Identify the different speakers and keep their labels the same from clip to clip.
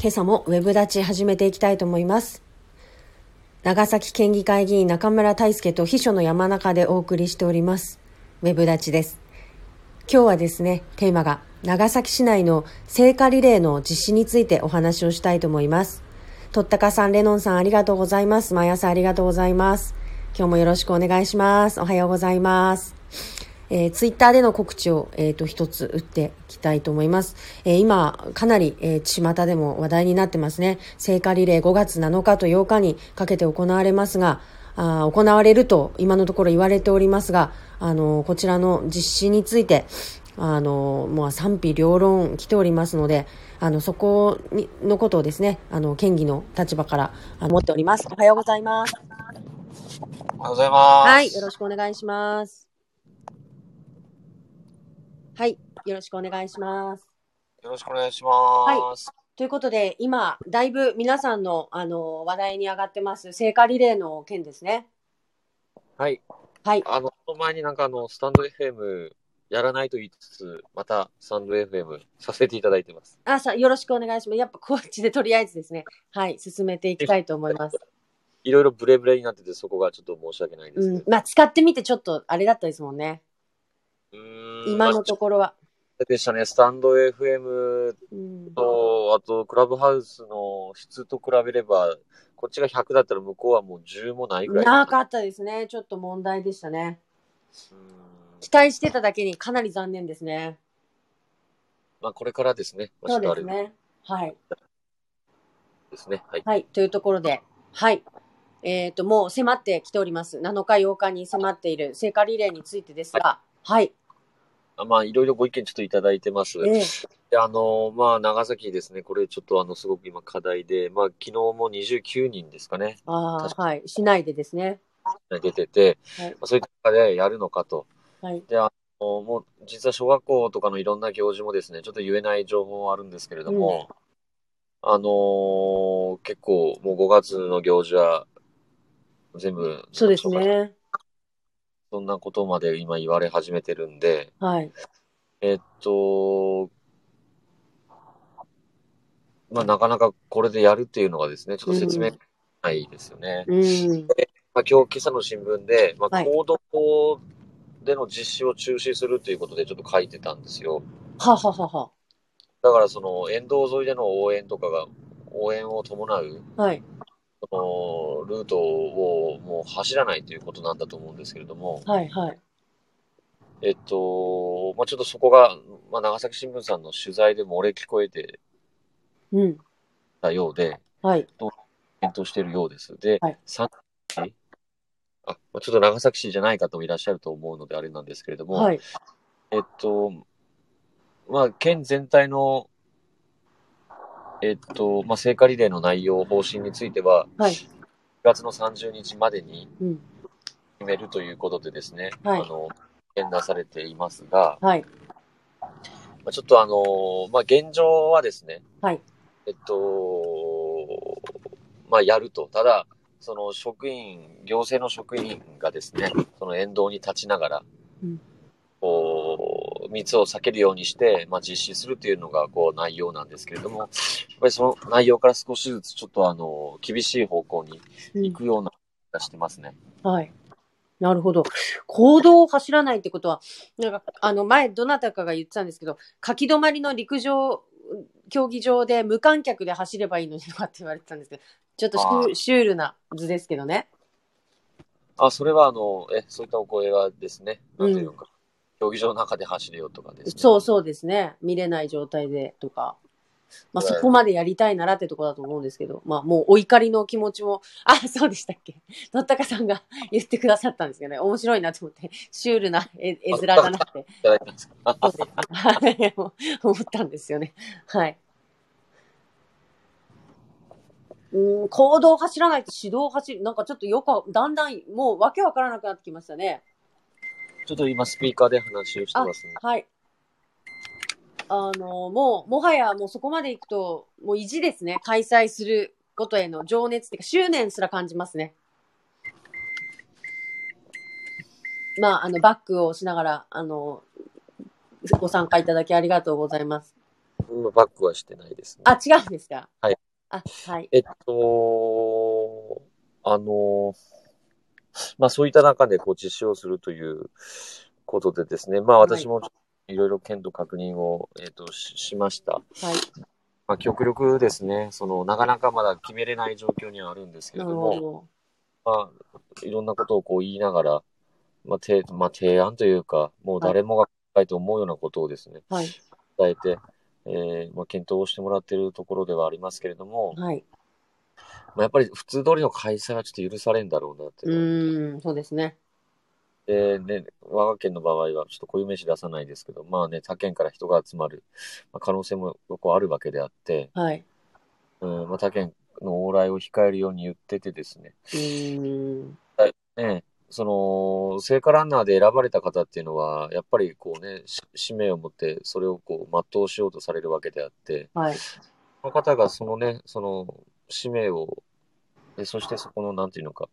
Speaker 1: 今朝もウェブ立ち始めていきたいと思います。長崎県議会議員中村大輔と秘書の山中でお送りしております。ウェブ立ちです。今日はですね、テーマが長崎市内の聖火リレーの実施についてお話をしたいと思います。とったかさん、レノンさんありがとうございます。毎朝ありがとうございます。今日もよろしくお願いします。おはようございます。えー、ツイッターでの告知を、えー、と一つ打っていきたいと思います。えー今、かなり、えー、巷でも話題になってますね。聖火リレー5月7日と8日にかけて行われますが、あー行われると今のところ言われておりますが、あのーこちらの実施について、あのーもう賛否両論来ておりますので、あの、そこにのことをですね、あの、県議の立場からあの持っております。おはようございます。
Speaker 2: おはようございます。
Speaker 1: はい、よろしくお願いします。はい、よろしくお願いします。
Speaker 2: よろしくお願いします。
Speaker 1: ということで、今、だいぶ皆さんの、あの、話題に上がってます、聖火リレーの件ですね。
Speaker 2: はい。
Speaker 1: はい
Speaker 2: あの、その前になんかあの、スタンド FM やらないと言いつつ、またスタンド FM させていただいてます。
Speaker 1: あ、さ、よろしくお願いします。やっぱ、こっちでとりあえずですね、はい、進めていきたいと思います。
Speaker 2: いろいろブレブレになってて、そこがちょっと申し訳ないです
Speaker 1: うん
Speaker 2: け。ど。
Speaker 1: まあ、使ってみて、ちょっと、あれだったですもんね。
Speaker 2: うーん
Speaker 1: 今の
Speaker 2: ま
Speaker 1: ところは。
Speaker 2: あでしたね、スタンド FM
Speaker 1: うん
Speaker 2: と、あと、クラブハウスの質と比べれば、こっちが100だったら向こうはもう10もないぐらい。
Speaker 1: なかったですね。ちょっと問題でしたね。
Speaker 2: うん
Speaker 1: 期待してただけにかなり残念ですね。
Speaker 2: まあ、これからですね。まあ
Speaker 1: そうです
Speaker 2: ちょっとあれ
Speaker 1: ね。はい。
Speaker 2: ですね。はい。
Speaker 1: はい、というところで、はい。えっ、と、もう迫ってきております。7日、8日に迫っている聖火リレーについてですが、はい。
Speaker 2: あまあ、いろいろご意見ちょっといただいてます。
Speaker 1: ええ
Speaker 2: であの、まあ、長崎ですね、これちょっとあの、すごく今課題で、まあ、昨日も29人ですかね、
Speaker 1: ああ、はい。しないでですね。
Speaker 2: 出てて、
Speaker 1: はい
Speaker 2: まあ、そういった中でやるのかと。
Speaker 1: はい。
Speaker 2: あのもう、実は小学校とかのいろんな行事もですね、ちょっと言えない情報はあるんですけれども、あのー結構もう5月の行事は全部、
Speaker 1: そうです。ね。
Speaker 2: そんなことまで今言われ始めてるんで、
Speaker 1: はい。
Speaker 2: えっと、まあ、なかなかこれでやるっていうのがですね、ちょっと説明ないですよね。
Speaker 1: うん。
Speaker 2: まあ、今日、今朝の新聞で、ま
Speaker 1: は
Speaker 2: あ、
Speaker 1: い
Speaker 2: 行動法での実施を中止するということでちょっと書いてたんですよ。
Speaker 1: はははは。
Speaker 2: だからその沿道沿いでの応援とかが、応援を伴う、
Speaker 1: はい。
Speaker 2: そのルートをもう走らないということなんだと思うんですけれども、
Speaker 1: はい。はい。
Speaker 2: えっと、まあ、ちょっとそこが、まあ、長崎新聞さんの取材で漏れ聞こえて
Speaker 1: うん。
Speaker 2: たようで、
Speaker 1: はい。
Speaker 2: 検討しているようです。で、
Speaker 1: はい
Speaker 2: 三えあまあちょっと長崎市じゃない方もいらっしゃると思うのであれなんですけれども、
Speaker 1: はい。
Speaker 2: えっと、まあ、県全体の、えっと、まあ、聖火リレーの内容、方針については、
Speaker 1: はい
Speaker 2: 1月の30日までに
Speaker 1: うん。
Speaker 2: 決めるということでですね、
Speaker 1: はい
Speaker 2: あの、提言なされていますが、
Speaker 1: はい。
Speaker 2: まあ、ちょっとあの、まあ、現状はですね、
Speaker 1: はい
Speaker 2: えっと、まあ、やると。ただ、その職員、行政の職員がですね、その沿道に立ちながら、
Speaker 1: うん
Speaker 2: こう、密を避けるようにして、まあ、実施するというのが、こう、内容なんですけれども、やっぱりその内容から少しずつ、ちょっとあの、厳しい方向に
Speaker 1: う
Speaker 2: 行
Speaker 1: ん
Speaker 2: くような気がしてますね。
Speaker 1: はい。なるほど。行動を走らないってことは、なんか、あの、前、どなたかが言ってたんですけど、書き止まりの陸上、競技場で無観客で走ればいいのにとかって言われてたんですけど、ちょっとシ
Speaker 2: あ
Speaker 1: ュ
Speaker 2: ー
Speaker 1: シュールな図ですけどね。
Speaker 2: あ、それはあの、え、そういったお声はですね、なんていうのか、競技場の中で走れよとかですね。
Speaker 1: そうそうですね。見れない状態でとか。まあ、
Speaker 2: は
Speaker 1: そ
Speaker 2: い
Speaker 1: こまでやりたいならってとこだと思うんですけど、まあ、もうお怒りの気持ちも、あ、そうでしたっけ。のったかさんが 言ってくださったんですけどね、面白いなと思って、シュールな絵絵面だなって。
Speaker 2: いただいたんですか
Speaker 1: そうですはい思ったんですよね。はい。うん、行動を走らないと指導を走る。なんかちょっとよく、だんだん、もうわけわからなくなってきましたね。
Speaker 2: ちょっと今スピーカーで話をしてますね。
Speaker 1: はい。あの、もう、もはやもうそこまで行くと、もう意地ですね。開催することへの情熱っていうか、執念すら感じますね。まあ、あの、バックをしながら、あの、ご参加いただきありがとうございます。
Speaker 2: うんバックはしてないですね。
Speaker 1: あ、違うんですか
Speaker 2: はい。
Speaker 1: あ、はい。
Speaker 2: えっと、あの、まあそういった中でこう実施をするということでですね、まあ私もいろいろ検討確認を、えっと、ししました。
Speaker 1: はい。
Speaker 2: まあ極力ですね、そのなかなかまだ決めれない状況にはあるんですけれ
Speaker 1: な
Speaker 2: ど
Speaker 1: る
Speaker 2: も、
Speaker 1: ほ
Speaker 2: まあいろんなことをこう言いながら、まあ、てまあ提案というか、もう誰もが考えて思うようなことをですね、
Speaker 1: ど。はい。
Speaker 2: 伝えて、えーまあ、検討をしてもらっているところではありますけれども、
Speaker 1: はい。
Speaker 2: まあ、やっぱり普通通りの開催はちょっと許されんだろうなって
Speaker 1: う
Speaker 2: いうのは。
Speaker 1: ーん、そうですね。
Speaker 2: で、ね、我が県の場合は、ちょっと固有名詞出さないですけど、まあね、他県から人が集まる、まあ、可能性もこうあるわけであって、
Speaker 1: はい。
Speaker 2: うんまあ、他県の往来を控えるように言っててですね、
Speaker 1: うーん。
Speaker 2: ねその、聖火ランナーで選ばれた方っていうのは、やっぱりこうね、し使命を持って、それをこう、全うしようとされるわけであって、
Speaker 1: はい。
Speaker 2: その方がそのね、その使命を、でそしてそこの、なんていうのか、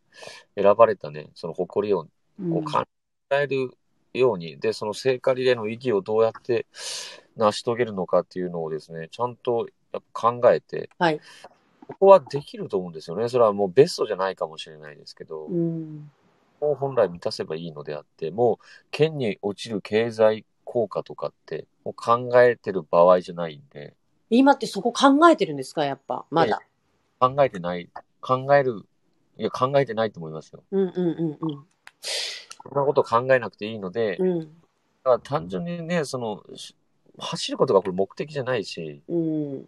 Speaker 2: 選ばれたね、その誇り
Speaker 1: う
Speaker 2: をこうん感じられるように、で、その聖火リレーの意義をどうやって成し遂げるのかっていうのをですね、ちゃんとやっぱ考えて、
Speaker 1: はい
Speaker 2: ここはできると思うんですよね。それはもうベストじゃないかもしれないですけど、
Speaker 1: うん。
Speaker 2: もう本来満たせばいいのであって、もう県に落ちる経済効果とかって、もう考えてる場合じゃないんで、
Speaker 1: 今ってそこ考えてるんですかやっぱ。まだ。
Speaker 2: 考えてない、考える、いや、考えてないと思いますよ。
Speaker 1: うんうんうん
Speaker 2: そんなこと考えなくていいので、
Speaker 1: うん。うん。
Speaker 2: だから単純にね、その、し走ることがこれ目的じゃないし、
Speaker 1: うん。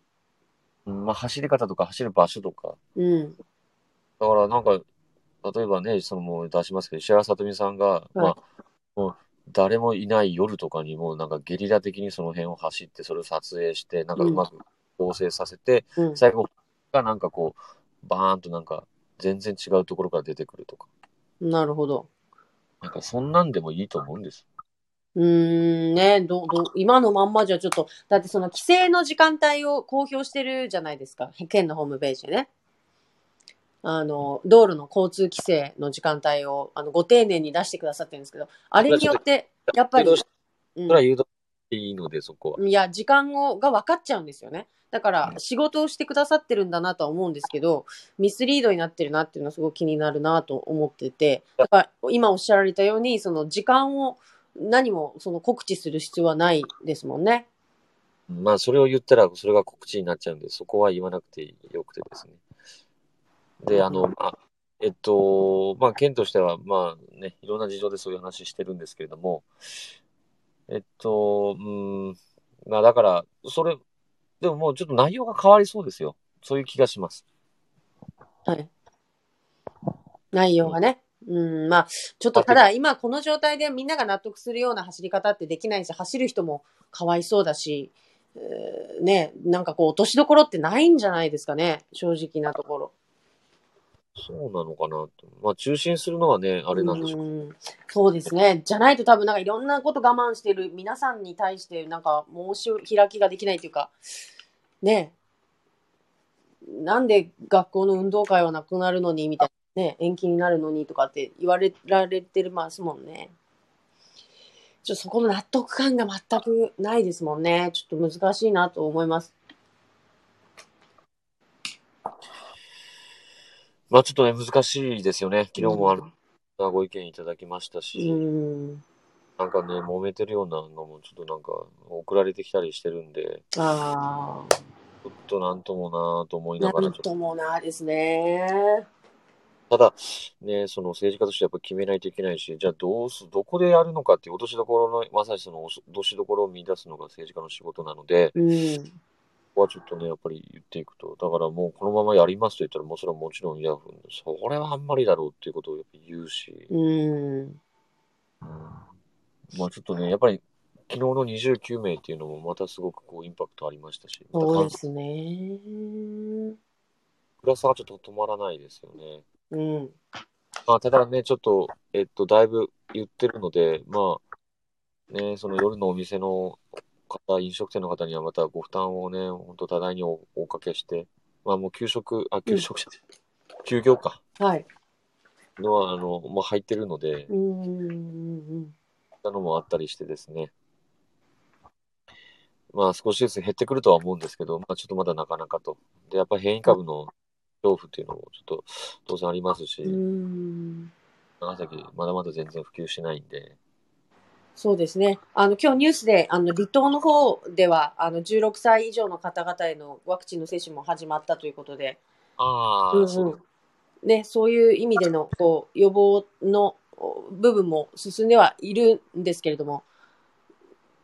Speaker 2: うんまあ、走り方とか走る場所とか、
Speaker 1: うん。
Speaker 2: だからなんか、例えばね、そのもう出しますけど、石原さとみさんが、まあ、もう誰もいない夜とかにもうなんかゲリラ的にその辺を走って、それを撮影して、なんかうまく合成させて、
Speaker 1: うん。
Speaker 2: 最後がなんかこう、バーンとなんか全然違うところから出てくるとか。
Speaker 1: なるほど。
Speaker 2: なんかそんなんでもいいと思うんです。
Speaker 1: うーんね、どうどう今のまんまじゃちょっと、だってその規制の時間帯を公表してるじゃないですか、県のホームページでね。あの、道路の交通規制の時間帯をあのご丁寧に出してくださってるんですけど、あれによって、やっぱり
Speaker 2: 誘導し、
Speaker 1: う
Speaker 2: たら
Speaker 1: ん、
Speaker 2: 誘導していいので、そこは。
Speaker 1: いや、時間をが分かっちゃうんですよね。だから、仕事をしてくださってるんだなとは思うんですけど、ミスリードになってるなっていうのはすごい気になるなと思ってて、だから今おっしゃられたように、その時間を何もその告知する必要はないですもんね。
Speaker 2: まあ、それを言ったら、それが告知になっちゃうんで、そこは言わなくてよくてですね。で、あの、まあ、えっと、まあ、県としては、まあね、いろんな事情でそういう話してるんですけれども、えっと、うん、まあ、だから、それ、でももうちょっと内容が変わりそうですよ。そういう気がします。
Speaker 1: はい。内容がね。うん、まあ、ちょっとただ今この状態でみんなが納得するような走り方ってできないし、走る人もかわいそうだし、えーね、なんかこう落としどころってないんじゃないですかね、正直なところ。
Speaker 2: そうなのかなと。まあ、中心するのはね、あれなんでしょう。
Speaker 1: うんそうですね。じゃないと多分なんかいろんなこと我慢してる皆さんに対してなんか申し開きができないというか、ねえなんで学校の運動会はなくなるのにみたいなね、延期になるのにとかって言われられてますもんね。ちょっとそこの納得感が全くないですもんね。ちょっと難しいなと思います。
Speaker 2: まあ、ちょっとね、難しいですよね。昨日もあるご意見いただきましたし。
Speaker 1: うん。
Speaker 2: なんかね、揉めてるようなのも、ちょっとなんか、送られてきたりしてるんで、
Speaker 1: ああ。
Speaker 2: ちょっとなんともなぁと思いな
Speaker 1: な
Speaker 2: がら、
Speaker 1: ん
Speaker 2: ちょっと
Speaker 1: ともなですね。
Speaker 2: ただ、ね、その政治家としてやっぱ決めないといけないし、じゃあどうす、どこでやるのかっていう落としどころの、まさにその落としどころを見出すのが政治家の仕事なので、
Speaker 1: うん。
Speaker 2: ここはちょっとね、やっぱり言っていくと、だからもうこのままやりますと言ったら、もうそれはもちろん、いや、それはあんまりだろうっていうことをやっぱ言うし、
Speaker 1: うん。
Speaker 2: うんまあちょっとね、やっぱり、昨日の29名っていうのもまたすごくこうインパクトありましたし、また
Speaker 1: そう
Speaker 2: 感
Speaker 1: ですね。
Speaker 2: 暗さがちょっと止まらないですよね。
Speaker 1: うん。
Speaker 2: まあ、ただね、ちょっと、えっと、だいぶ言ってるので、まあ、ね、その夜のお店の方、飲食店の方にはまたご負担をね、本当多大におおかけして、まあもう休職、あ、休職者、休業か、
Speaker 1: はい。
Speaker 2: のは、あの、まあ入ってるので、そういっ
Speaker 1: うん。
Speaker 2: たのもあったりしてですね。まあ少しずつ減ってくるとは思うんですけど、まあちょっとまだなかなかと。で、やっぱり変異株の恐怖っていうのもちょっと当然ありますし、
Speaker 1: うん
Speaker 2: 長崎まだまだ全然普及しないんで、
Speaker 1: そうですね。あの、今日ニュースで、あの、離島の方では、あの、16歳以上の方々へのワクチンの接種も始まったということで、
Speaker 2: あ
Speaker 1: うんう
Speaker 2: あ、
Speaker 1: ん
Speaker 2: そうです
Speaker 1: ね、そういう意味での、こう、予防のお部分も進んではいるんですけれども、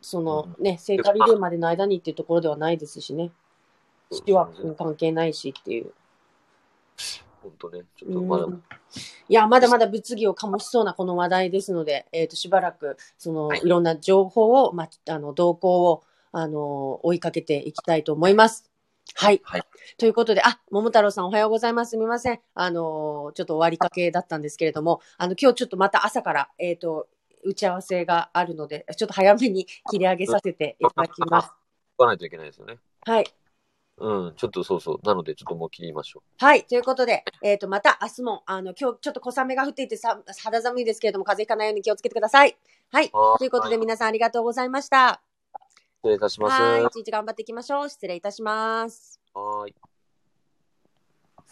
Speaker 1: そのね、聖火リレーまでの間にっていうところではないですしね、死はうん関係ないしっていう。
Speaker 2: 本当ね、ちょっとまだ、
Speaker 1: うんいや、まだまだ物議を醸しそうなこの話題ですので、えっ、と、しばらく、その、
Speaker 2: はい
Speaker 1: いろんな情報を、ま、あの、動向を、あの、追いかけていきたいと思います。はい。
Speaker 2: はい
Speaker 1: ということで、あ、桃太郎さんおはようございます。すみません。あの、ちょっと終わりかけだったんですけれども、あの、今日ちょっとまた朝から、えっ、と、打ち合わせがあるので、ちょっと早めに切り上げさせていただきます。
Speaker 2: 行かないといけないですよね。
Speaker 1: はい。
Speaker 2: うん、ちょっとそうそう。なので、ちょっともう切りましょ
Speaker 1: はい。ということで、えっ、と、また明日も、あの、今日ちょっと小雨が降っていてさ、肌寒いですけれども、風邪ひかないように気をつけてください。はい。
Speaker 2: う。は
Speaker 1: ということで、
Speaker 2: 失
Speaker 1: 皆さんありがとうございました。
Speaker 2: 礼いたします。
Speaker 1: はい。
Speaker 2: は
Speaker 1: 一日頑張っていきましょう。失礼いたします。
Speaker 2: ーい。